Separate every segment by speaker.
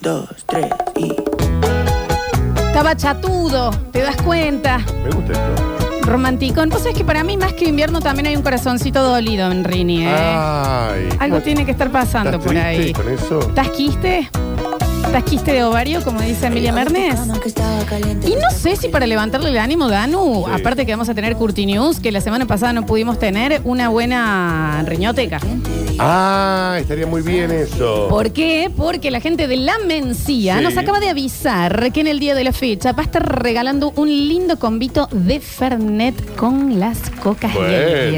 Speaker 1: dos, tres y.
Speaker 2: Estaba chatudo, te das cuenta.
Speaker 3: Me gusta esto.
Speaker 2: Romanticón. Vos sabés que para mí, más que invierno, también hay un corazoncito dolido en Rini, ¿eh?
Speaker 3: Ay.
Speaker 2: Algo tiene que estar pasando
Speaker 3: Ah. ¿Estás
Speaker 2: por
Speaker 3: triste
Speaker 2: ahí.
Speaker 3: con eso?
Speaker 2: ¿Estás quiste? ¿Estás quiste de ovario, como dice Emilia Mernes? Y no sé si para levantarle el ánimo, Danu,
Speaker 3: Sí.
Speaker 2: aparte que vamos a tener Curti News, que la semana pasada no pudimos tener una buena riñoteca.
Speaker 3: Ah, estaría muy bien eso.
Speaker 2: ¿Por qué? Porque la gente de La Mencía
Speaker 3: Sí.
Speaker 2: nos acaba de avisar que en el día de la fecha va a estar regalando un lindo convito de Fernet con las cocas del
Speaker 3: Bueno,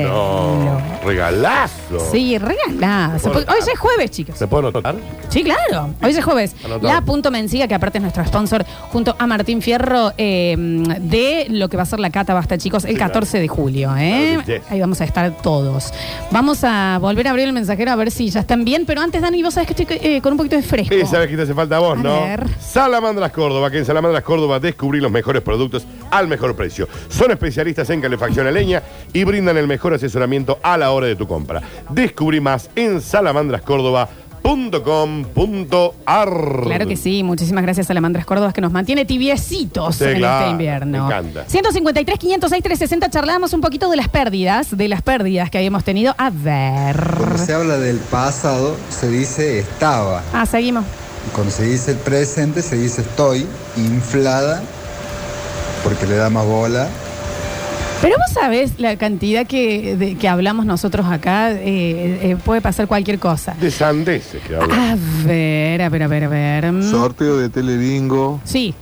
Speaker 2: hielo.
Speaker 3: regalazo.
Speaker 2: Sí, regalazo. Porque hoy ya es jueves, chicos.
Speaker 3: ¿Se puede notar?
Speaker 2: Sí, claro. Hoy es jueves.
Speaker 3: Anotado.
Speaker 2: La Punto Mencía, que aparte es nuestro sponsor, junto a Martín Fierro, eh, de lo que va a ser la cata Basta, chicos, el
Speaker 3: Sí, claro.
Speaker 2: 14 de julio. ¿eh?
Speaker 3: Claro que sí.
Speaker 2: Ahí vamos a estar todos. Vamos a volver a abrir el mensajero a ver si ya están bien, pero antes, Dani, vos sabés que estoy eh, con un poquito de fresco.
Speaker 3: Sí, sabes que te hace falta a vos,
Speaker 2: A
Speaker 3: ¿no?
Speaker 2: ver.
Speaker 3: Salamandras Córdoba, que en Salamandras Córdoba descubrí los mejores productos al mejor precio. Son especialistas en calefacción a leña y brindan el mejor asesoramiento a la hora de tu compra. Descubrí más en salamandrascórdoba.com.ar.
Speaker 2: Claro que sí, muchísimas gracias a la Mandras Córdoba que nos mantiene tibiecitos
Speaker 3: Sí,
Speaker 2: en
Speaker 3: claro,
Speaker 2: este invierno.
Speaker 3: me encanta.
Speaker 2: 153, 506, 360, charlábamos un poquito de las pérdidas, de las pérdidas que habíamos tenido. A
Speaker 4: Cuando se
Speaker 2: ver.
Speaker 4: habla del pasado, se dice estaba.
Speaker 2: Ah, seguimos.
Speaker 4: Y Cuando se dice el presente, se dice estoy inflada, porque le da más bola.
Speaker 2: Pero vos sabés la cantidad que, de- que hablamos nosotros acá, eh, eh, puede pasar cualquier cosa.
Speaker 3: De sandeces que habla.
Speaker 2: A ver, a ver, a ver, a ver. Mm.
Speaker 5: Sorteo de Telebingo,
Speaker 2: Sí,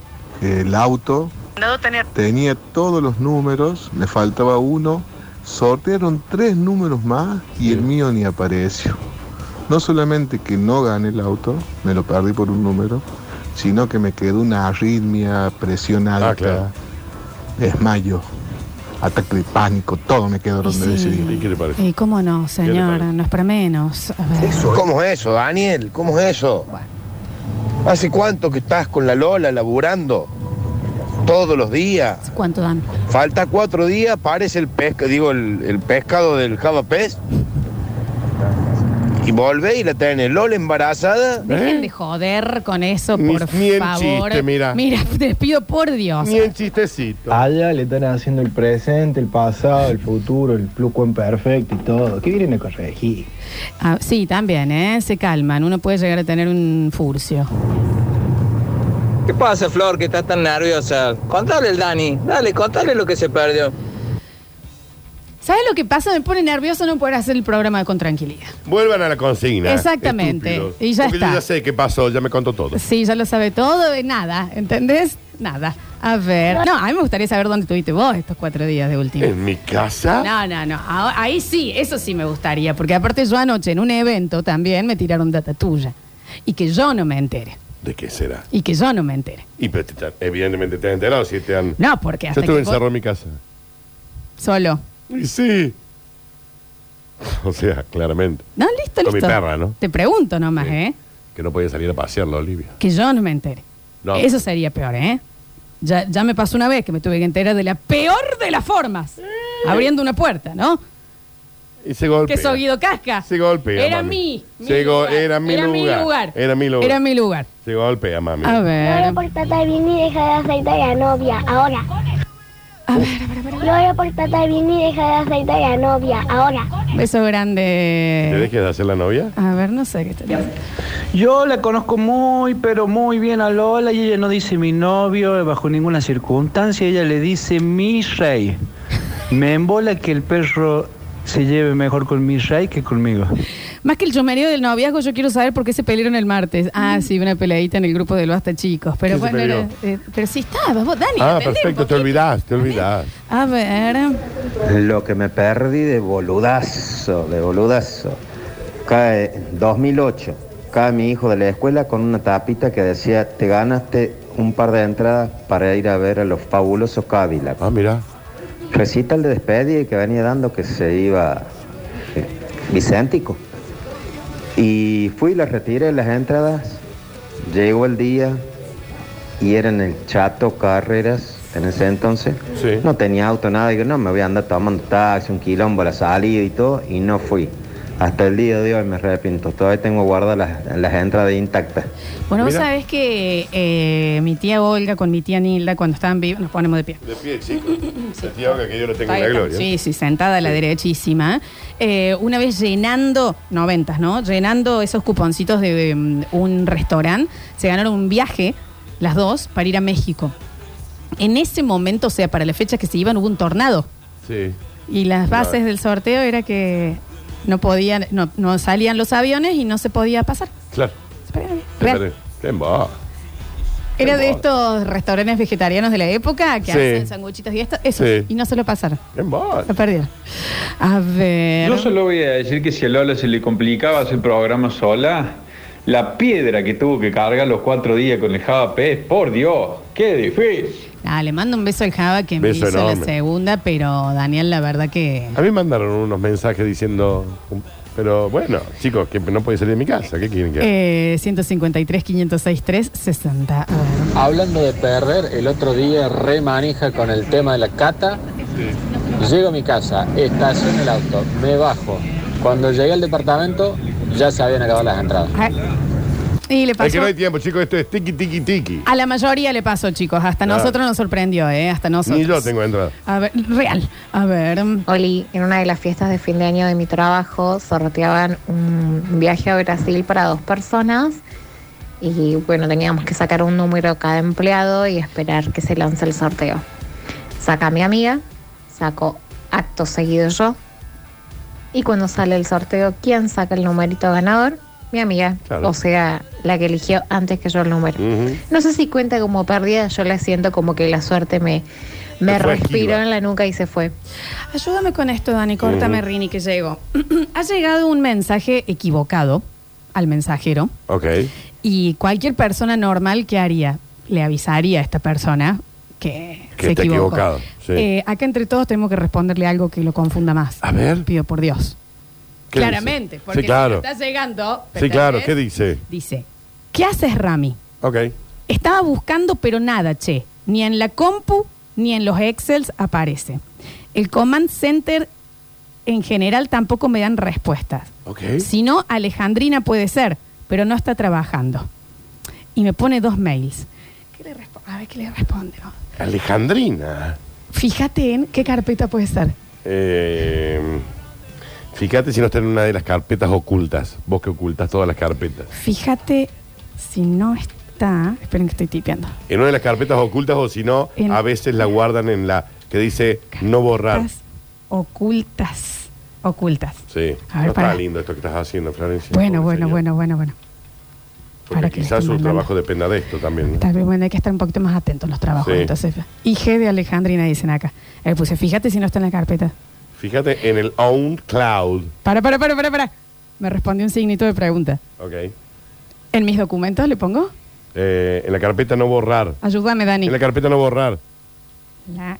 Speaker 5: el auto. Tenía todos los números, le faltaba uno. Sortearon tres números más y el mío ni apareció. No solamente que no gané el auto, me lo perdí por un número, sino que me quedó una arritmia, presión
Speaker 2: Ah,
Speaker 5: alta,
Speaker 3: claro.
Speaker 5: desmayo, ataque de pánico, todo me quedó
Speaker 2: Y
Speaker 5: donde
Speaker 2: sí.
Speaker 5: decidí.
Speaker 3: ¿Y qué le parece?
Speaker 2: y cómo no, señora,
Speaker 3: parece?
Speaker 2: no es para menos. A ver.
Speaker 6: ¿Cómo es eso, Daniel? ¿Cómo es eso? ¿Hace cuánto que estás con la Lola laburando? Todos los días.
Speaker 2: ¿Cuánto dan?
Speaker 6: Falta cuatro días, parece el pesca, digo, el, el pescado del Java Pez. Y volvé y la tenés Lola embarazada.
Speaker 2: Dejen
Speaker 3: ¿Eh?
Speaker 2: de joder con eso,
Speaker 3: Ni-
Speaker 2: por
Speaker 3: ni en
Speaker 2: favor.
Speaker 3: chiste, mira.
Speaker 2: te pido por Dios.
Speaker 3: Ni en chistecito.
Speaker 7: Allá le están haciendo el presente, el pasado, el futuro, el plus perfecto y todo. ¿Qué vienen a corregir?
Speaker 2: Ah, sí, también, ¿eh? Se calman. Uno puede llegar a tener un furcio.
Speaker 8: ¿Qué pasa, Flor, que está tan nerviosa? Contale el Dani. Dale, contale lo que se perdió.
Speaker 2: ¿Sabes lo que pasa? Me pone nervioso no poder hacer el programa con tranquilidad.
Speaker 3: Vuelvan a la consigna.
Speaker 2: Exactamente.
Speaker 3: estúpidos.
Speaker 2: Y ya
Speaker 3: Porque
Speaker 2: está.
Speaker 3: Yo ya sé qué pasó, ya me contó todo.
Speaker 2: Sí, ya lo sabe todo de nada, ¿entendés? Nada. A ver. No, a mí me gustaría saber dónde estuviste vos estos cuatro días de último.
Speaker 3: ¿En mi casa?
Speaker 2: No, no, no. Ah, Ahí sí, eso sí me gustaría, porque aparte yo anoche en un evento también me tiraron data tuya. Y que yo no me entere.
Speaker 3: ¿De qué será?
Speaker 2: Y que yo no me entere.
Speaker 3: Y pero te- te- evidentemente te has enterado si te han...
Speaker 2: No, porque
Speaker 3: Yo
Speaker 2: hasta
Speaker 3: estuve
Speaker 2: que vos-
Speaker 3: encerrado en mi casa.
Speaker 2: solo.
Speaker 3: Y sí. O sea, claramente.
Speaker 2: No, listo,
Speaker 3: Con
Speaker 2: listo.
Speaker 3: mi perra, ¿no?
Speaker 2: Te pregunto nomás,
Speaker 3: Sí.
Speaker 2: ¿eh?
Speaker 3: Que no podía salir a pasearla, Olivia.
Speaker 2: Que yo no me entere.
Speaker 3: No.
Speaker 2: Eso sería peor, ¿eh? Ya, ya me pasó una vez que me tuve que enterar de la peor de las formas. Abriendo una puerta, ¿no?
Speaker 3: Y se golpea.
Speaker 2: Que soy Guido Casca.
Speaker 3: Se golpea,
Speaker 2: Era
Speaker 3: mami.
Speaker 2: mi. mi
Speaker 3: Se go-
Speaker 2: lugar.
Speaker 3: era mi lugar.
Speaker 2: Era mi lugar. Era mi lugar.
Speaker 3: Se golpea, mami.
Speaker 2: A
Speaker 9: Ahora
Speaker 2: ver.
Speaker 9: por tratar bien y dejar de aceitar a la novia. Ahora.
Speaker 2: A ver,
Speaker 9: Ahora por tratar bien y dejar de aceitar a la novia. Ahora.
Speaker 2: Beso
Speaker 3: ¿Te
Speaker 2: grande.
Speaker 3: dejes de hacer la novia?
Speaker 2: A ver, no sé qué estaría. haciendo.
Speaker 10: Yo la conozco muy, pero muy bien a Lola y ella no dice mi novio bajo ninguna circunstancia, ella le dice mi rey. Me embola que el perro se lleve mejor con mi rey que conmigo.
Speaker 2: Más que el chumerío del noviazgo, yo quiero saber por qué se pelearon el martes. Ah, sí, una peleadita en el grupo de los hasta chicos. Pero
Speaker 3: ¿Quién Mm. se
Speaker 2: bueno, era- eh, pero sí estabas vos, Dani.
Speaker 3: ah,
Speaker 2: atendé un
Speaker 3: perfecto, te
Speaker 2: poquito.
Speaker 3: olvidás, te olvidás.
Speaker 2: A ver.
Speaker 11: Lo que me perdí de boludazo, de boludazo. Cae 2008, cae mi hijo de la escuela con una tapita que decía, te ganaste un par de entradas para ir a ver a los fabulosos Cadillac.
Speaker 3: Ah, mira.
Speaker 11: Recital de despedida que venía dando que se iba eh, Vicéntico. Y fui, las retiré las entradas, llegó el día y eran el Chato Carreras en ese entonces.
Speaker 3: Sí.
Speaker 11: No tenía auto, nada, digo, no, me voy a andar tomando taxi, un quilombo a la salida y todo, y no fui. Hasta el día de hoy me arrepiento. Todavía tengo guardadas las, las entradas intactas.
Speaker 2: Bueno, vos
Speaker 11: Mira.
Speaker 2: sabés que eh, mi tía Olga con mi tía Nilda, cuando estaban vivos, nos ponemos de pie.
Speaker 3: De pie, chicos. La tía Olga, que yo lo tengo
Speaker 2: Ahí
Speaker 3: en la
Speaker 2: está.
Speaker 3: gloria.
Speaker 2: Sí, sí, sentada a la derechísima. Eh, una vez llenando, noventas, ¿no? Llenando esos cuponcitos de mm, un restaurante, se ganaron un viaje, las dos, para ir a México. En ese momento, o sea, para la fecha que se iban, hubo un tornado.
Speaker 3: Sí.
Speaker 2: Y las
Speaker 3: Claro.
Speaker 2: bases del sorteo era que no podían, no, no salían los aviones y no se podía pasar.
Speaker 3: Claro.
Speaker 2: Real.
Speaker 3: Qué embobo.
Speaker 2: Era de estos restaurantes vegetarianos de la época que
Speaker 3: Sí.
Speaker 2: hacen sanguchitos y esto, eso.
Speaker 1: Sí.
Speaker 2: Y no se lo pasaron.
Speaker 3: Qué embobo.
Speaker 2: Lo perdieron. A ver.
Speaker 1: Yo solo voy a decir que si a Lola se le complicaba hacer programa sola, la piedra que tuvo que cargar los cuatro días con el Java Pez, por Dios, qué difícil.
Speaker 2: Ah, le mando un beso al Java que me
Speaker 3: Beso
Speaker 2: hizo la
Speaker 3: enorme.
Speaker 2: segunda, pero Daniel, la verdad que.
Speaker 3: A mí mandaron unos mensajes diciendo, "Um, pero bueno, chicos, que no puede salir de mi casa, ¿qué quieren que haga?
Speaker 2: Eh, 153, 506, 360. A ver.
Speaker 12: Hablando de perder, el otro día re manija con el tema de la cata. Llego a mi casa, estaciono el auto, me bajo. Cuando llegué al departamento, ya se habían acabado las entradas.
Speaker 2: Ah, Y le
Speaker 3: Es que
Speaker 2: pasó.
Speaker 3: no hay tiempo, chicos, esto es tiki tiki tiki.
Speaker 2: A la mayoría le pasó, chicos. Hasta
Speaker 3: Claro.
Speaker 2: nosotros nos sorprendió, ¿eh? Hasta nosotros.
Speaker 3: Ni yo tengo entrada.
Speaker 2: A ver, real. A ver.
Speaker 13: Oli, en una de las fiestas de fin de año de mi trabajo sorteaban un viaje a Brasil para dos personas y bueno, teníamos que sacar un número cada empleado y esperar que se lance el sorteo. Saca mi amiga, saco acto seguido yo y cuando sale el sorteo, ¿quién saca el numerito ganador? Mi amiga,
Speaker 14: Claro.
Speaker 13: Ah, o sea, la que eligió antes que yo el número. No sé si cuenta como pérdida, yo la siento como que la suerte me, me
Speaker 2: Te fue
Speaker 13: respiró
Speaker 2: esquiva.
Speaker 13: en la nuca y se fue.
Speaker 2: Ayúdame con esto, Dani. Córtame,
Speaker 13: Ujú.
Speaker 2: Rini, que llego. ha llegado un mensaje equivocado al mensajero.
Speaker 3: Ok.
Speaker 2: Y cualquier persona normal, ¿qué haría? Le avisaría a esta persona que,
Speaker 3: Que
Speaker 2: se
Speaker 3: está
Speaker 2: equivocó.
Speaker 3: equivocado, sí.
Speaker 2: Eh, acá entre todos tenemos que responderle algo que lo confunda más. A
Speaker 3: ver.
Speaker 2: Pido por Dios.
Speaker 3: ¿Qué
Speaker 2: Claramente,
Speaker 3: dice?
Speaker 2: porque
Speaker 3: Sí, claro.
Speaker 2: está llegando.
Speaker 3: Sí, claro, ¿qué dice?
Speaker 2: Dice, ¿qué haces, Rami?
Speaker 3: Ok.
Speaker 2: Estaba buscando, pero nada, che. Ni en la compu, ni en los Excels aparece. El Command Center en general tampoco me dan respuestas.
Speaker 3: Ok.
Speaker 2: Si no, Alejandrina puede ser, pero no está trabajando. Y me pone dos mails. ¿Qué le respo- A ver qué le responde.
Speaker 3: Alejandrina.
Speaker 2: Fíjate en qué carpeta puede ser.
Speaker 3: Eh, fíjate si no está en una de las carpetas ocultas. Vos que ocultas todas las carpetas.
Speaker 2: Fíjate si no está. Esperen que estoy tipeando.
Speaker 3: En una de las carpetas ocultas o si no,
Speaker 2: En-
Speaker 3: a veces la guardan en la que dice no borrar.
Speaker 2: Carpetas. Ocultas. Ocultas.
Speaker 3: Sí.
Speaker 2: A ver,
Speaker 3: no
Speaker 2: para.
Speaker 3: está lindo esto que estás haciendo, Florencia.
Speaker 2: Bueno, bueno, bueno, bueno, bueno.
Speaker 3: Porque
Speaker 2: para que le
Speaker 3: quizás
Speaker 2: estén
Speaker 3: su
Speaker 2: mandando.
Speaker 3: trabajo dependa de esto también. ¿no?
Speaker 2: Tal vez bueno, hay que estar un poquito más atentos en los trabajos.
Speaker 3: Sí.
Speaker 2: Entonces, IG de Alejandrina dicen acá. Le puse, fíjate si no está en la carpeta.
Speaker 3: Fíjate en el own cloud.
Speaker 2: Para, para, para, para, para. Me respondió un signito de pregunta.
Speaker 3: Ok.
Speaker 2: ¿En mis documentos le pongo?
Speaker 3: Eh, en la carpeta no borrar.
Speaker 2: Ayúdame, Dani.
Speaker 3: En la carpeta no borrar.
Speaker 2: La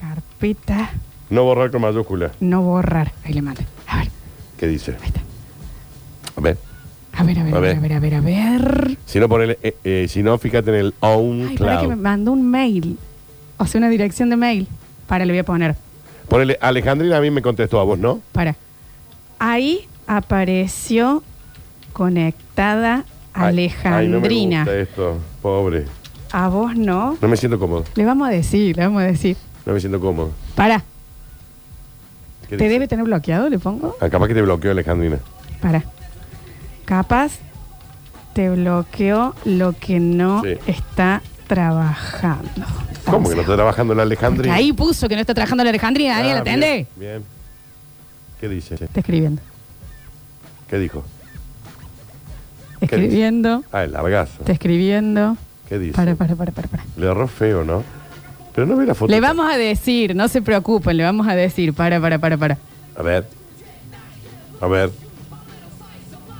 Speaker 2: carpeta
Speaker 3: No borrar con mayúscula.
Speaker 2: no borrar. Ahí le mandé.
Speaker 3: ¿Qué dice? A ver.
Speaker 2: A ver, a ver, a
Speaker 3: A
Speaker 2: ver,
Speaker 3: ver.
Speaker 2: a ver, a ver. A ver.
Speaker 3: Si no, ponele, eh, eh, si no, fíjate en el own
Speaker 2: Ay, para que me
Speaker 3: cloud.
Speaker 2: mandó un mail. O sea, una dirección de mail. Para, le voy a poner.
Speaker 3: Ponele, Alejandrina a mí me contestó a vos, ¿no?
Speaker 2: Para. Ahí apareció conectada
Speaker 3: Ay, no me
Speaker 2: Alejandrina.
Speaker 3: gusta esto. Pobre.
Speaker 2: A vos no.
Speaker 3: No me siento cómodo.
Speaker 2: Le vamos a decir, le vamos a decir.
Speaker 3: No me siento cómodo.
Speaker 2: Para.
Speaker 3: ¿Qué
Speaker 2: ¿Te
Speaker 3: dice?
Speaker 2: debe tener bloqueado? ¿Le pongo?
Speaker 3: Ah, capaz que te bloqueó Alejandrina.
Speaker 2: Para. Capaz te bloqueó lo que no
Speaker 3: Sí.
Speaker 2: está trabajando.
Speaker 3: ¿Cómo que no está trabajando la Alejandrina?
Speaker 2: Ahí puso que no está trabajando la Alejandrina, Daniel,
Speaker 3: Ah,
Speaker 2: ¿atende?
Speaker 3: bien, bien. ¿Qué dice?
Speaker 2: Está escribiendo.
Speaker 3: ¿Qué dijo? dice?
Speaker 2: Escribiendo,
Speaker 3: Ah, el largazo.
Speaker 2: está escribiendo.
Speaker 3: ¿Qué dice?
Speaker 2: Para, para, para, para, para.
Speaker 3: Le erró feo, ¿no? Pero no ve la foto.
Speaker 2: Le vamos a decir, no se preocupen, le vamos a decir. Para, para, para, para.
Speaker 3: A ver. A ver.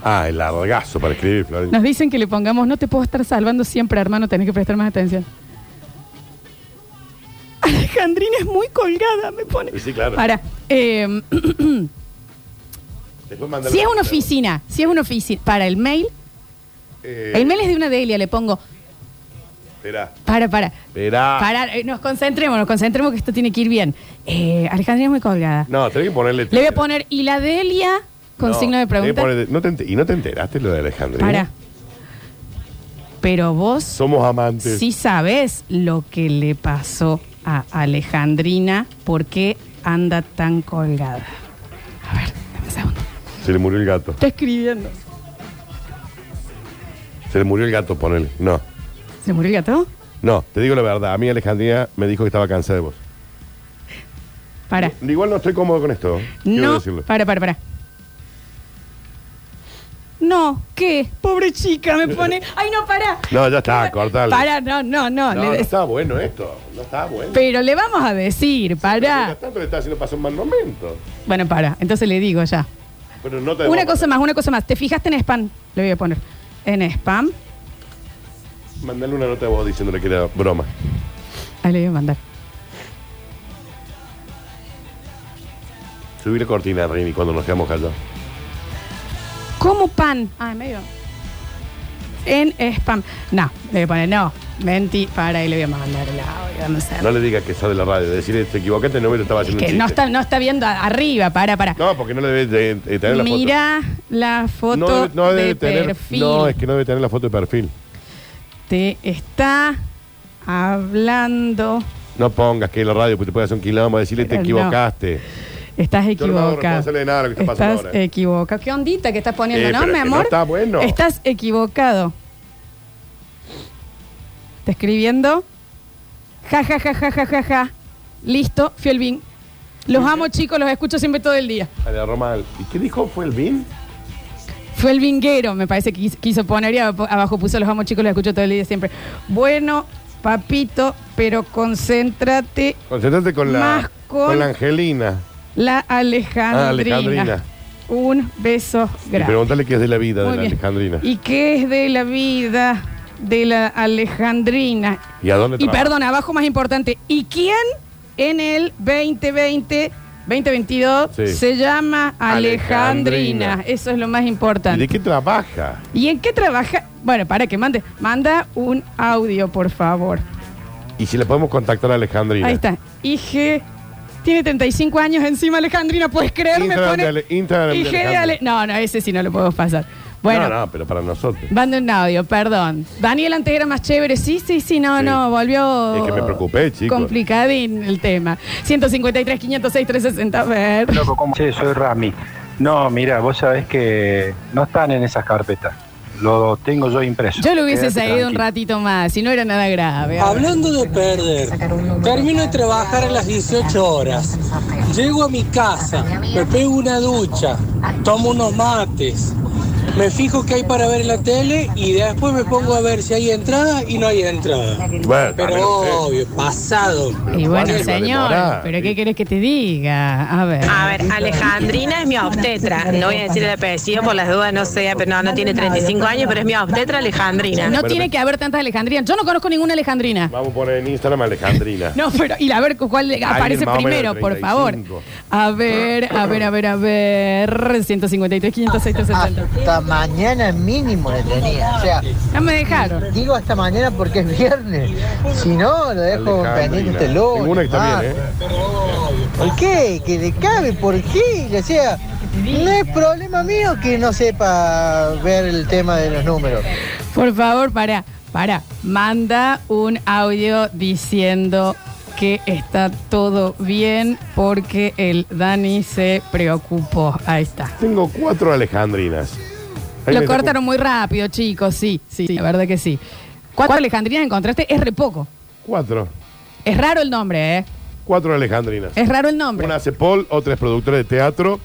Speaker 3: Ah, el largazo para escribir, Florencia.
Speaker 2: Nos dicen que le pongamos, no te puedo estar salvando siempre, hermano, tenés que prestar más atención. Alejandrina es muy colgada, me pone.
Speaker 3: Sí, claro.
Speaker 2: Para. eh,
Speaker 3: Después mándalo.
Speaker 2: si es una oficina, si es una oficina, para el mail,
Speaker 3: Eh,
Speaker 2: el mail es de una Delia, le pongo,
Speaker 3: Espera.
Speaker 2: para, para,
Speaker 3: Espera.
Speaker 2: para, eh, nos concentremos, nos concentremos que esto tiene que ir bien. Eh, Alejandrina es muy colgada.
Speaker 3: No, tenés que ponerle.
Speaker 2: Le voy a poner, y la Delia con signo de pregunta.
Speaker 3: Debe poner- no te ente- y no te enteraste lo de Alejandro.
Speaker 2: Para. Pero vos
Speaker 3: Somos amantes.
Speaker 2: Sí sabes lo que le pasó a Alejandrina, por qué anda tan colgada.
Speaker 3: Se le murió el gato.
Speaker 2: Está escribiendo.
Speaker 3: Se le murió el gato, ponele. No.
Speaker 2: ¿Se murió el gato?
Speaker 3: No, te digo la verdad. A mí Alejandría me dijo que estaba cansada de vos.
Speaker 2: Para.
Speaker 3: Igual no estoy cómodo con esto. quiero
Speaker 2: No,
Speaker 3: decirlo.
Speaker 2: para, para, para. No, ¿qué? Pobre chica, me pone. ¡Ay, no, para!
Speaker 3: No, ya está, cortalo.
Speaker 2: Para, no, no, no.
Speaker 3: No,
Speaker 2: le
Speaker 3: no
Speaker 2: des-
Speaker 3: está bueno esto. No está bueno.
Speaker 2: Pero le vamos a decir, para.
Speaker 3: Mientras tanto le está haciendo pasar un mal momento.
Speaker 2: Bueno, para, entonces le digo ya.
Speaker 3: Pero no te
Speaker 2: Una cosa más, una cosa más. ¿Te fijaste en spam? Le voy a poner. En spam.
Speaker 3: Mandale una nota a vos diciéndole que era broma.
Speaker 2: Ahí le voy a mandar.
Speaker 3: Subí la cortina, Rini, cuando nos quedamos callados.
Speaker 2: ¿Cómo pan? Ah, en medio. En spam. No, le voy a poner, no. Mentí, para, y le voy a mandar el audio. Vamos a ver.
Speaker 3: No le digas que está de la radio. Decirle, te equivocaste, no me lo estaba haciendo
Speaker 2: Que
Speaker 3: un
Speaker 2: no
Speaker 3: chiste.
Speaker 2: está, no está viendo a- arriba, para, para.
Speaker 3: No, porque no le debe de- de tener la foto.
Speaker 2: Mira la foto
Speaker 3: no debe, no debe
Speaker 2: de
Speaker 3: tener,
Speaker 2: perfil.
Speaker 3: No, es que no debe tener la foto de perfil.
Speaker 2: Te está hablando.
Speaker 3: No pongas que la radio, porque te puede hacer un quilombo, decirle
Speaker 2: Pero
Speaker 3: te
Speaker 2: no.
Speaker 3: equivocaste.
Speaker 2: Estás
Speaker 3: Yo no me hago
Speaker 2: equivocado.
Speaker 3: responsable de nada de lo que está pasando
Speaker 2: Estás
Speaker 3: ahora.
Speaker 2: equivocado. ¿Qué ondita que estás poniendo,
Speaker 3: Eh,
Speaker 2: no,
Speaker 3: pero
Speaker 2: mi
Speaker 3: es que no
Speaker 2: amor?
Speaker 3: está bueno.
Speaker 2: Estás equivocado. Está escribiendo. Ja, ja, ja, ja, ja, ja, ja. Listo, fui el bin. Los amo, chicos, los escucho siempre todo el día.
Speaker 3: A la Romal. ¿Y qué dijo? ¿Fue el BIN?
Speaker 2: Fue el vinguero, me parece que quiso- quiso poner y ab- abajo puso los amo chicos, los escucho todo el día siempre. Bueno, papito, pero concéntrate
Speaker 3: Concentrate con
Speaker 2: Más
Speaker 3: la,
Speaker 2: con-
Speaker 3: con... la Angelina.
Speaker 2: la Alejandrina.
Speaker 3: Ah, Alejandrina.
Speaker 2: Un beso
Speaker 3: Y
Speaker 2: grande.
Speaker 3: preguntarle qué es de la vida
Speaker 2: Muy
Speaker 3: de la
Speaker 2: bien.
Speaker 3: Alejandrina.
Speaker 2: ¿Y qué es de la vida de la Alejandrina?
Speaker 3: ¿Y a dónde
Speaker 2: Y
Speaker 3: trabaja?
Speaker 2: perdón, abajo más importante. ¿Y quién en el 2020, 2022
Speaker 3: Sí.
Speaker 2: se llama Alejandrina?
Speaker 3: Alejandrina.
Speaker 2: Eso es lo más
Speaker 3: ¿Y
Speaker 2: importante.
Speaker 3: de qué trabaja?
Speaker 2: ¿Y en qué trabaja? Bueno, para que mande. Manda un audio, por favor.
Speaker 3: ¿Y si le podemos contactar a Alejandrina?
Speaker 2: Ahí está. Hije. Tiene 35 años encima, Alejandrina, ¿puedes creerme?
Speaker 3: Instagram de Ale- Instagram de
Speaker 2: Hije de
Speaker 3: Alejandra.
Speaker 2: Ale- No, no, ese sí no lo podemos pasar. Bueno,
Speaker 3: No, no, pero para nosotros.
Speaker 2: manda un audio, perdón. Daniel antes era más chévere. Sí, sí, sí, no,
Speaker 3: Sí.
Speaker 2: no, volvió.
Speaker 3: Es que me preocupé, chicos.
Speaker 2: Complicadín el tema. 153, 506, 360. A ver.
Speaker 14: Loco, ¿cómo? Che, soy Rami. No, mira, vos sabés que no están en esas carpetas. Lo tengo yo impreso.
Speaker 2: Yo lo hubiese
Speaker 14: Quédate
Speaker 2: seguido un
Speaker 14: tranquilo.
Speaker 2: ratito más, si no era nada grave. A ver.
Speaker 15: Hablando de perder, termino de trabajar a las 18 horas. Llego a mi casa, me pego una ducha, tomo unos mates, me fijo que hay para ver en la tele y después me pongo a ver si hay entrada y no hay entrada.
Speaker 3: Bueno, también,
Speaker 15: Pero obvio, pasado.
Speaker 2: Y bueno,
Speaker 15: Vale,
Speaker 2: señor,
Speaker 15: demorá.
Speaker 2: pero
Speaker 3: Eh.
Speaker 2: ¿qué querés que te diga? A ver.
Speaker 16: A ver, Alejandrina es mi obstetra. No voy a decir el apellido por las dudas, no sé, pero no, no tiene 35 años, pero es mi obstetra Alejandrina.
Speaker 2: No tiene que haber tantas Alejandrinas. Yo no conozco ninguna Alejandrina.
Speaker 3: Vamos a poner en Instagram a Alejandrina.
Speaker 2: No, pero, y a ver cu- cuál aparece
Speaker 3: más o menos
Speaker 2: primero,
Speaker 3: de
Speaker 2: por favor.
Speaker 3: 35.
Speaker 2: A ver, a ver, a ver, a ver. 153, 506, 360.
Speaker 17: Hasta mañana mínimo le tenía. O sea,
Speaker 2: ya me dejaron.
Speaker 17: Digo hasta mañana porque es viernes. Si no, lo dejo
Speaker 3: Alejandrina.
Speaker 17: pendiente este lunes.
Speaker 3: Tengo una que está bien, ¿eh?
Speaker 17: martes. ¿Por qué? ¿Que le cabe? ¿Por qué? O sea, no es problema mío que no sepa ver el tema de los números.
Speaker 2: Por favor, para, para. Manda un audio diciendo que está todo bien porque el Dani se preocupó. Ahí está.
Speaker 3: Tengo cuatro Alejandrinas. Ahí
Speaker 2: Lo
Speaker 3: me está
Speaker 2: cortaron muy rápido, chicos, sí, sí, sí, la verdad que sí. Cuatro Alejandrinas encontraste, es re poco.
Speaker 3: cu- Cuatro.
Speaker 2: Es raro el nombre, ¿eh?
Speaker 3: Cuatro Alejandrinas.
Speaker 2: Es raro el nombre.
Speaker 3: Una hace Paul, otra es productora de teatro,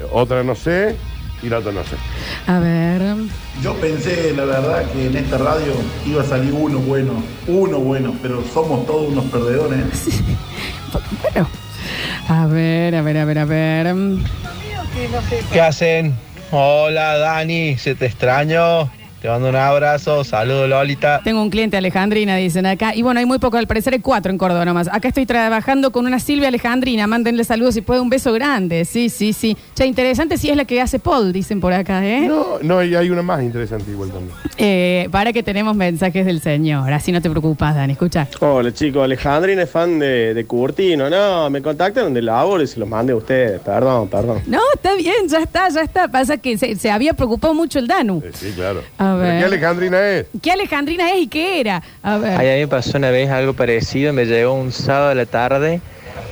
Speaker 3: eh, otra no sé y la otra no sé.
Speaker 2: A ver.
Speaker 18: Yo pensé, la verdad, que en esta radio iba a salir uno bueno, uno bueno, pero somos todos unos perdedores.
Speaker 2: A ver, a ver, a ver, a ver.
Speaker 17: Que no sepa.
Speaker 19: ¿Qué hacen? Hola Dani, se te extraño. Te mando un abrazo, saludos Lolita.
Speaker 2: Tengo un cliente Alejandrina, dicen acá. Y bueno, hay muy poco, al parecer hay cuatro en Córdoba nomás. Acá estoy trabajando con una Silvia Alejandrina. Mándenle saludos si puede, un beso grande. Sí, sí, sí. Che, interesante si es la que hace Paul, dicen por acá, ¿eh?
Speaker 3: No, no, y hay una más interesante igual también.
Speaker 2: Eh, para que tenemos mensajes del señor. Así no te preocupas, Dani. Escucha.
Speaker 19: Hola chicos, Alejandrina es fan de, de Curtino. No, me contactaron de labor y se los mandé a ustedes. Perdón, perdón.
Speaker 2: No, está bien, ya está, ya está. Pasa que se, se había preocupado mucho el Danu.
Speaker 3: Eh, Sí, claro.
Speaker 2: A ver.
Speaker 3: ¿Pero ¿Qué Alejandrina es?
Speaker 2: ¿Qué Alejandrina es y qué era? A ver.
Speaker 20: Ay, a mí me pasó una vez algo parecido, me llegó un sábado a la tarde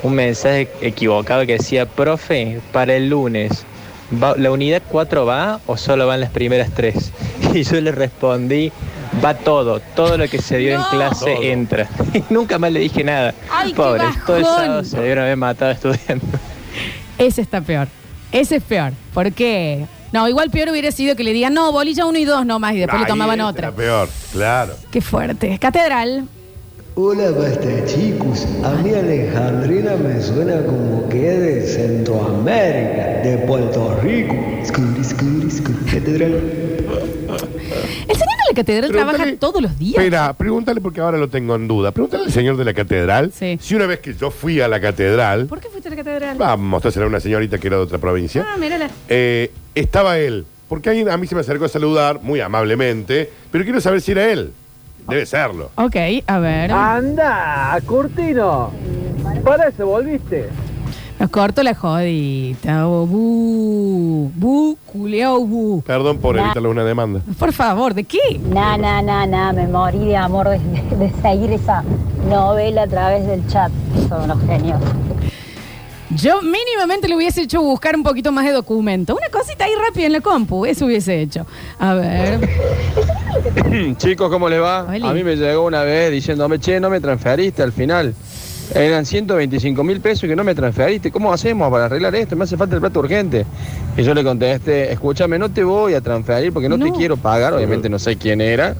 Speaker 20: un mensaje equivocado que decía, profe, para el lunes, ¿va- ¿la unidad 4 va o solo van las primeras 3? Y yo le respondí, va todo, todo lo que se dio en clase
Speaker 21: Todo.
Speaker 20: entra. Y nunca más le dije nada.
Speaker 2: Ay, qué
Speaker 20: Pobre, todo el
Speaker 2: bajón.
Speaker 20: sábado se dieron haber matado estudiando.
Speaker 2: Ese está peor. Ese es peor. ¿Por qué? No, igual peor hubiera sido que le digan, no, bolilla uno y dos nomás y después le
Speaker 3: Ahí
Speaker 2: tomaban
Speaker 3: es
Speaker 2: otra.
Speaker 3: La peor, claro.
Speaker 2: Qué fuerte. Catedral.
Speaker 22: Hola, basta chicos. A mí Alejandrina me suena como que es de Centroamérica, de Puerto Rico. Scooby, scooby, scooby, catedral.
Speaker 2: El señor de la catedral trabaja todos los días.
Speaker 3: Espera, pregúntale porque ahora lo tengo en duda. Pregúntale al señor de la catedral si una vez que yo fui a la catedral,
Speaker 2: ¿Por qué fuiste a la catedral?
Speaker 3: vamos a una señorita que era de otra provincia,
Speaker 2: Ah, mírala.
Speaker 3: eh, estaba él. Porque alguien a mí se me acercó a saludar muy amablemente, pero quiero saber si era él. Debe serlo.
Speaker 2: Ok, a ver.
Speaker 23: Ah.
Speaker 15: Anda, Curtino. Para eso volviste.
Speaker 2: Nos corto la jodita. Oh, bu, bu, culeao, bu.
Speaker 3: Perdón
Speaker 2: Ah.
Speaker 3: por evitarle una demanda.
Speaker 2: Por favor, ¿de qué?
Speaker 24: Na, na, na, na, me morí de amor de, de seguir esa novela a través del chat. Son unos genios.
Speaker 2: Yo mínimamente le hubiese hecho buscar un poquito más de documento. Una cosita ahí rápida en la compu, eso hubiese hecho. A ver.
Speaker 23: Chicos, ¿cómo les va?
Speaker 2: Oli.
Speaker 23: A mí me llegó una vez diciéndome, che, no me transferiste al final. Eran 125 mil pesos que no me transferiste. ¿Cómo hacemos para arreglar esto? Me hace falta el plato urgente. Y yo le contesté, escúchame, no te voy a transferir porque no, te quiero pagar. Obviamente no sé quién era.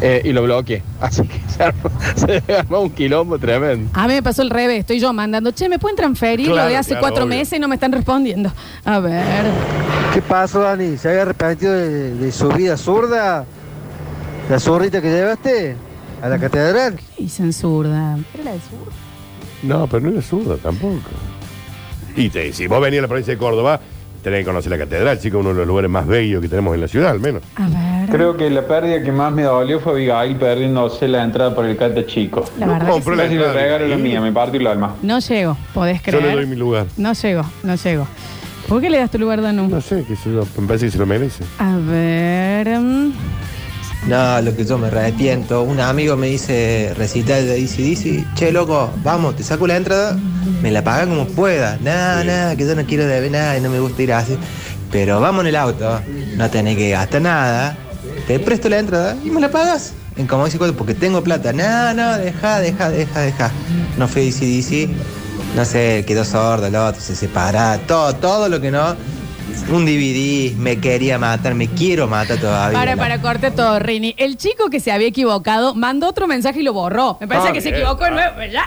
Speaker 23: Eh, y lo bloqueé. Así que se armó, se armó un quilombo tremendo.
Speaker 2: A mí me pasó el revés, estoy yo mandando, che, ¿me pueden transferir lo
Speaker 23: Claro,
Speaker 2: de hace
Speaker 23: claro,
Speaker 2: cuatro
Speaker 23: obvio.
Speaker 2: meses y no me están respondiendo? A ver.
Speaker 17: ¿Qué pasó, Dani? ¿Se había arrepentido de, de su vida zurda? ¿La zurdita que llevaste a la catedral?
Speaker 2: Y censurda.
Speaker 3: No, pero no era zurda tampoco. Y te, si vos venís a la provincia de Córdoba, tenés que conocer la catedral, chico, uno de los lugares más bellos que tenemos en la ciudad, al menos.
Speaker 1: Creo que la pérdida que más me dolió fue Abigail perdiéndose la entrada por el cata chico.
Speaker 2: La No verdad compró que sí. la
Speaker 1: Casi le
Speaker 2: entrada,
Speaker 1: regalo la mía, me partió el alma.
Speaker 2: No llego, podés
Speaker 1: Yo le
Speaker 2: creer.
Speaker 1: doy
Speaker 3: mi lugar.
Speaker 2: No llego, no llego. ¿Por qué le das tu lugar, Danu?
Speaker 3: No sé, que se lo, me parece que se lo merece.
Speaker 2: A ver. mm,
Speaker 25: No, lo que yo me arrepiento. Un amigo me dice recital de DC, che loco, vamos, te saco la entrada, me la pagan como pueda. Nada, nada, que yo no quiero deber nada y no me gusta ir así. Pero vamos en el auto, no tenés que gastar nada, te presto la entrada y me la pagas. En como dice cuatro, porque tengo plata. No, no, deja, deja, deja, deja. No fue DC no sé, quedó sordo, el otro se separa, todo, todo lo que no. Un DVD, me quería matar, me quiero matar todavía.
Speaker 2: Para,
Speaker 25: la
Speaker 2: para, corte todo, Rini. El chico que se había equivocado mandó otro mensaje y lo borró. Me parece
Speaker 3: Ah,
Speaker 2: que se
Speaker 3: bien.
Speaker 2: equivocó de nuevo. Ya,
Speaker 3: Señor,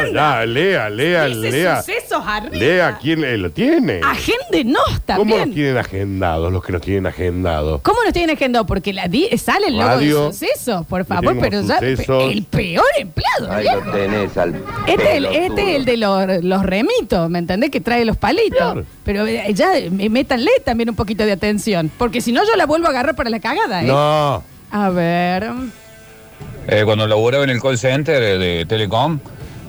Speaker 2: atienda.
Speaker 3: ya, lea, lea,
Speaker 2: Dice
Speaker 3: lea.
Speaker 2: sucesos arriba. Ah,
Speaker 3: Lea quién eh, lo tiene.
Speaker 2: Agende nos
Speaker 3: ¿Cómo nos
Speaker 2: también.
Speaker 3: tienen agendados los que nos tienen agendados?
Speaker 2: ¿Cómo no tienen agenda? Porque la di- sale el logo
Speaker 3: Radio.
Speaker 2: de sucesos, por favor,
Speaker 3: tenemos
Speaker 2: pero ya pe-
Speaker 3: sucesos.
Speaker 2: el peor empleado.
Speaker 23: Ahí
Speaker 2: viejo.
Speaker 23: lo tenés al
Speaker 2: Este es el, este es el de los, los remitos, ¿me entendés? Que trae los palitos. Pero eh, ya eh, métanle también un poquito de atención, porque si no yo la vuelvo a agarrar para la cagada, ¿eh?
Speaker 3: No.
Speaker 2: A ver.
Speaker 26: Eh, cuando laburaba en el call center eh, de Telecom,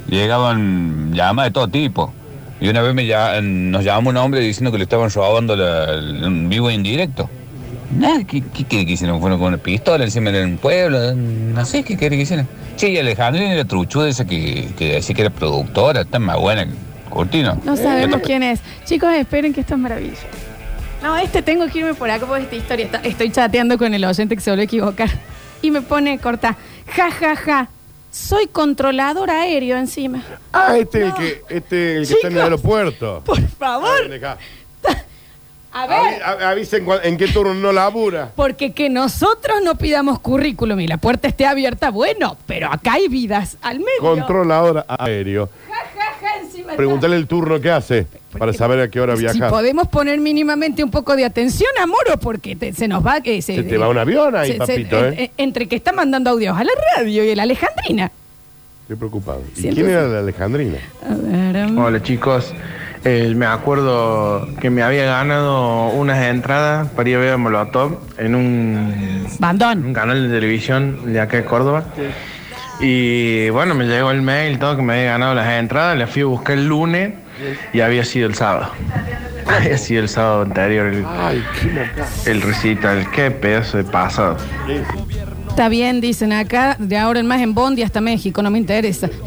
Speaker 26: llegaban llamadas de todo tipo. Y una vez me lla- nos llamó un hombre diciendo que le estaban robando la- el- un vivo indirecto. Nada, ¿qué, qué, qué quisieron? Fueron con una pistola encima en un pueblo, no sé qué querían que hicieran. Che, y Alejandrina era truchuda esa que, que decía que era productora, está más buena que Curtino.
Speaker 2: No
Speaker 26: Otra
Speaker 2: sabemos quién es. Chicos, esperen que esto es maravilloso. No, este tengo que irme por acá porque esta historia está- Estoy chateando con el oyente que se volvió a equivocar. Y me pone corta. Ja, ja, ja. Soy controlador aéreo encima.
Speaker 3: Ah, este es el que, este es el que está en el
Speaker 2: Chicos.
Speaker 3: aeropuerto.
Speaker 2: Por favor. A ver.
Speaker 3: Avi- a- avisen cua- en qué turno no labura.
Speaker 2: Porque que nosotros no pidamos currículum y la puerta esté abierta, bueno, pero acá hay vidas al medio.
Speaker 3: Controlador aéreo.
Speaker 2: Ja, ja, ja, encima
Speaker 3: Pregúntale el turno que hace para saber a qué hora
Speaker 2: Si
Speaker 3: viaja.
Speaker 2: podemos poner mínimamente un poco de atención a Moro, porque te- se nos va. eh, que
Speaker 3: Se te va un avión ahí, papito, ¿eh?
Speaker 2: Entre que está mandando audios a la radio y a la Alejandrina.
Speaker 3: Estoy preocupado. ¿Y
Speaker 2: Siento-
Speaker 3: quién era la Alejandrina?
Speaker 2: A ver. um,
Speaker 26: Hola chicos, Eh, me acuerdo que me había ganado unas entradas para ir a ver a Molotov en un,
Speaker 2: Bandón.
Speaker 26: un canal de televisión de acá de Córdoba. Y bueno, me llegó el mail, todo que me había ganado las entradas, las fui a buscar el lunes y había sido el sábado. Había sido el sábado anterior el, el recital, qué pedazo de pasado.
Speaker 2: Está bien, dicen acá, de ahora en más en Bondi hasta México, no me interesa.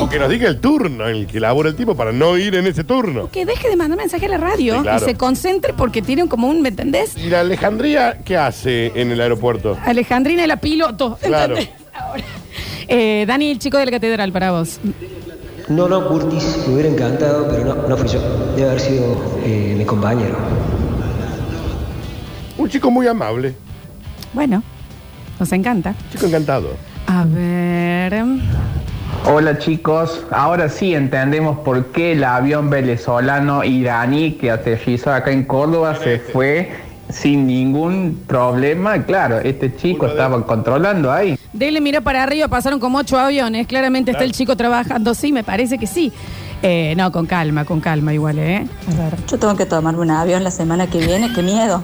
Speaker 3: O que nos diga el turno en el que labora el tipo para no ir en ese turno.
Speaker 2: Que deje de mandar mensaje a la radio
Speaker 3: Sí, claro.
Speaker 2: y se concentre porque tiene un- como un, ¿me entendés?
Speaker 3: ¿Y la Alejandría qué hace en el aeropuerto?
Speaker 2: Alejandrina la piloto.
Speaker 3: Claro.
Speaker 2: ¿entendés? Ahora. Eh, Dani, el chico de la catedral, para vos.
Speaker 27: No, no, Curtis, me hubiera encantado, pero no, no fui yo. Debe haber sido eh, mi compañero.
Speaker 3: Un chico muy amable.
Speaker 2: Bueno, nos encanta.
Speaker 3: Chico encantado.
Speaker 2: A ver. um,
Speaker 28: Hola chicos, ahora sí entendemos por qué el avión venezolano iraní que aterrizó acá en Córdoba se fue sin ningún problema. Claro, este chico estaba controlando ahí.
Speaker 2: Dele, mira para arriba, pasaron como ocho aviones. Claramente está el chico trabajando. Sí, me parece que sí. Eh, no, con calma, con calma igual, ¿eh? A ver.
Speaker 13: Yo tengo que tomarme un avión la semana que viene, qué miedo.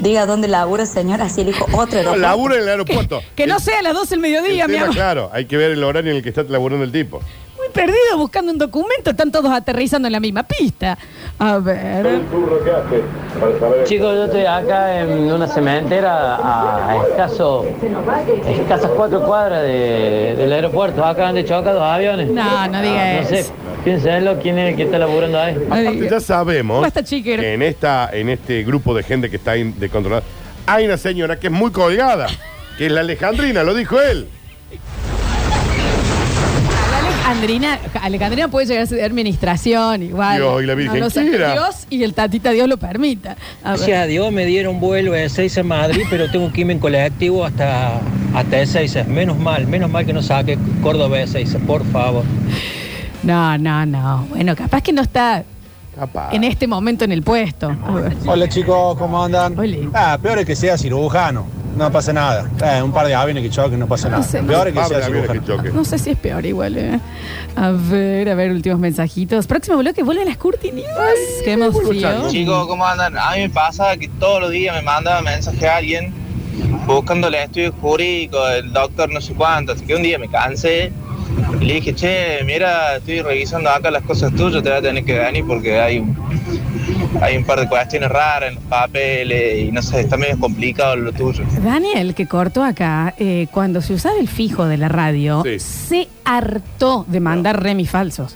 Speaker 13: Diga dónde labura, señora, así elijo otro
Speaker 3: No,
Speaker 13: aeropuerto.
Speaker 3: labura en el aeropuerto.
Speaker 2: Que no sea a las 12 del mediodía,
Speaker 3: El
Speaker 2: mi
Speaker 3: tema,
Speaker 2: amor.
Speaker 3: claro, hay que ver el horario en el que está laburando el tipo.
Speaker 2: Muy perdido buscando un documento. Están todos aterrizando en la misma pista. A ver.
Speaker 3: turno que hace para
Speaker 29: Chicos, yo estoy acá en una cementera a escaso, escasas cuatro cuadras de- del aeropuerto. Acaban de chocar dos aviones.
Speaker 2: No, no diga
Speaker 29: digas. No sé,
Speaker 2: eso.
Speaker 29: piénsenlo, quién es el que está laburando ahí.
Speaker 3: Aparte, ya sabemos
Speaker 2: Basta, chiquero.
Speaker 3: que en, esta, en este grupo de gente que está ahí de controlada hay una señora que es muy colgada, que es la Alejandrina, lo dijo él.
Speaker 2: Andrina, Alejandrina puede llegar a ser de administración igual.
Speaker 29: Dios y la Virgen
Speaker 2: lo sé.
Speaker 29: quiera.
Speaker 2: Dios y el tatita Dios lo permita. A ver.
Speaker 29: Gracias a Dios me dieron vuelo de Ezeiza a Madrid, pero tengo que irme en colectivo hasta, hasta Ezeiza. Menos mal, menos mal que no saque Córdoba de Ezeiza, por favor.
Speaker 2: No, no, no. Bueno, capaz que no está
Speaker 29: Ah.
Speaker 2: en este momento en el puesto. A ver.
Speaker 25: Hola chicos, ¿cómo andan? Ah, peor es que sea cirujano, no pasa nada. Eh, un par de aviones que choquen, no pasa nada.
Speaker 2: sé.
Speaker 25: Peor es que
Speaker 2: Un par
Speaker 25: sea
Speaker 2: de aviones
Speaker 25: cirujano.
Speaker 2: No sé si es peor igual. ¿eh? A ver, a ver, últimos mensajitos. Próximo bloque, vuelven las Curti News. Qué emoción.
Speaker 25: Chicos, ¿cómo andan? A mí me pasa que todos los días me mandaba mensaje a alguien buscando el estudio jurídico, el doctor no sé cuánto, así que un día me cansé y le dije, che, mira, estoy revisando acá las cosas tuyas, te voy a tener que venir porque hay un, hay un par de cuestiones raras en los papeles y no sé, está medio complicado lo tuyo.
Speaker 2: Daniel, que cortó acá, eh, cuando se usaba el fijo de la radio, se hartó de mandar remis falsos.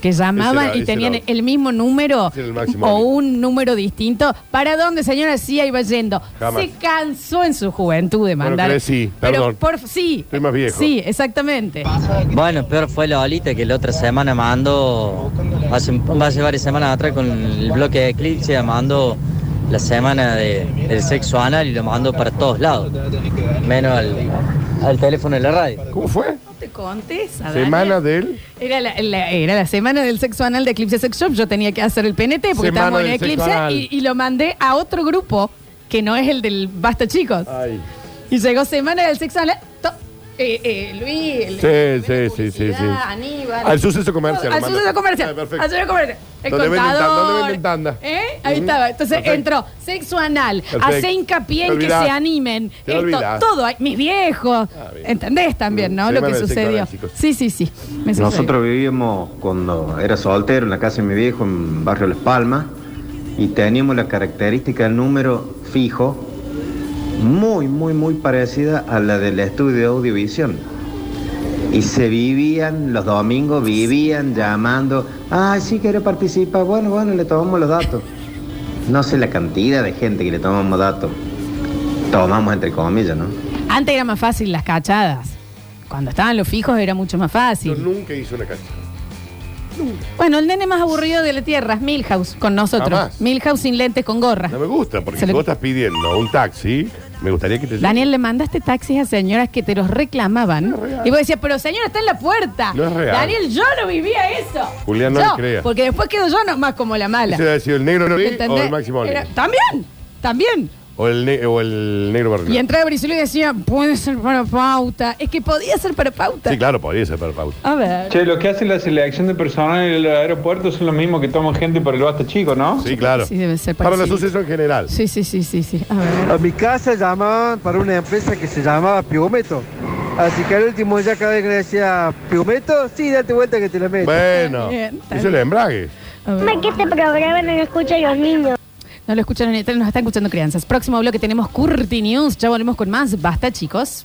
Speaker 2: Que llamaban
Speaker 3: Ese era-
Speaker 2: y
Speaker 3: ese
Speaker 2: tenían
Speaker 3: era-
Speaker 2: el mismo número
Speaker 3: ese era el máximo
Speaker 2: o
Speaker 3: límite.
Speaker 2: un número distinto. ¿Para dónde, señora? Sí, ahí va yendo.
Speaker 3: Jamás.
Speaker 2: Se cansó en su juventud de
Speaker 30: Bueno,
Speaker 2: mandar.
Speaker 30: que sí, perdón.
Speaker 2: Pero por, sí.
Speaker 30: Estoy más viejo.
Speaker 2: Sí, exactamente.
Speaker 30: Bueno, peor fue la olita que la otra semana mandó, hace, hace varias semanas atrás con el bloque de Eclipse, mandó la semana de- del sexo anal y lo mandó para todos lados, menos al, al teléfono de la radio.
Speaker 3: ¿Cómo fue?
Speaker 2: No te contes, a
Speaker 3: Semana
Speaker 2: Daniel.
Speaker 3: del.
Speaker 2: Era la, la- era la semana del sexo anal de Eclipse Sex Shop. Yo tenía que hacer el PNT porque
Speaker 3: Semana
Speaker 2: estábamos en
Speaker 3: del sexo
Speaker 2: Eclipse
Speaker 3: anal.
Speaker 2: y, y lo mandé a otro grupo que no es el del Basta Chicos.
Speaker 3: Ah.
Speaker 2: Y llegó semana del sexo anal. to- eh, eh, Luis, el-
Speaker 3: Sí, sí, sí, sí, sí.
Speaker 2: Ah, Aníbal.
Speaker 3: Al suceso
Speaker 2: Al
Speaker 3: comercial. lo manda.
Speaker 2: suceso comercial.
Speaker 3: Ah, perfecto.
Speaker 2: al suceso comercial. El
Speaker 3: ¿Dónde venden tanda?
Speaker 2: contador.
Speaker 3: ¿Dónde venden tanda?
Speaker 2: ¿Eh? Ahí
Speaker 3: Ujú.
Speaker 2: estaba. Entonces
Speaker 3: Perfecto.
Speaker 2: entró sexo anal,
Speaker 3: Perfecto.
Speaker 2: hace hincapié en
Speaker 3: Te
Speaker 2: que
Speaker 3: olvidás.
Speaker 2: se animen.
Speaker 3: Te
Speaker 2: Esto,
Speaker 3: olvidás. Ah,
Speaker 2: todo. ahí, Mis viejos. ¿Entendés también, no? Lo
Speaker 11: Semana
Speaker 2: que
Speaker 11: del sexo
Speaker 2: sucedió.
Speaker 11: anal, chicos.
Speaker 2: Sí, sí, sí. Me sucedió.
Speaker 11: Nosotros vivíamos cuando era soltero en la casa de mi viejo en Barrio Las Palmas y teníamos la característica del número fijo muy, muy, muy parecida a la del estudio de audiovisión. Y se vivían, los domingos vivían llamando, ay, sí, quiero participar, bueno, bueno, le tomamos los datos. No sé la cantidad de gente que le tomamos datos. Tomamos entre comillas, ¿no?
Speaker 2: Antes era más fácil las cachadas. Cuando estaban los fijos era mucho más
Speaker 3: Yo
Speaker 2: fácil.
Speaker 3: nunca hice una cancha.
Speaker 2: Bueno, el nene más aburrido de la tierra es Milhouse con nosotros.
Speaker 3: Jamás.
Speaker 2: Milhouse sin lentes con gorra.
Speaker 3: No me gusta, porque
Speaker 2: Se le-
Speaker 3: vos estás pidiendo un taxi Me gustaría que te
Speaker 2: Daniel, le mandaste taxis a señoras que te los reclamaban. y vos decías, pero señora, está en la puerta.
Speaker 3: No es real.
Speaker 2: Daniel, yo no vivía eso.
Speaker 3: Julián, no
Speaker 2: Yo,
Speaker 3: le creas.
Speaker 2: Porque después quedo yo nomás como la mala.
Speaker 3: Ese debe sido el negro Nori o
Speaker 2: ¿Entendés?
Speaker 3: el Máximo Olivas.
Speaker 2: Era- También, también.
Speaker 3: O el, ne- o el negro Bernal.
Speaker 2: Y entraba Brizuela y decía, puede ser para pauta. Es que podía ser para pauta.
Speaker 3: Sí, claro, podría ser para pauta.
Speaker 2: A ver.
Speaker 26: Che, lo que hace la selección de personal en el aeropuerto son los mismos que toman gente para el basta chico, ¿no?
Speaker 3: Sí, claro.
Speaker 2: Sí, debe ser Para la parecido. sucesión
Speaker 3: general.
Speaker 2: Sí, sí, sí, sí, sí. A ver.
Speaker 25: A mi casa llamaban para una empresa que se llamaba Piometo. Así que al último ya cada vez que le decía Piometo, sí, date vuelta que te la meto.
Speaker 3: Bueno,
Speaker 2: Está bien, está
Speaker 3: eso es el
Speaker 2: bien.
Speaker 3: embrague.
Speaker 2: Me
Speaker 25: que este programa no lo escuchan los niños.
Speaker 2: No lo escucharon ni nos están escuchando crianzas. Próximo bloque tenemos Curti News. Ya volvemos con más. Basta, chicos.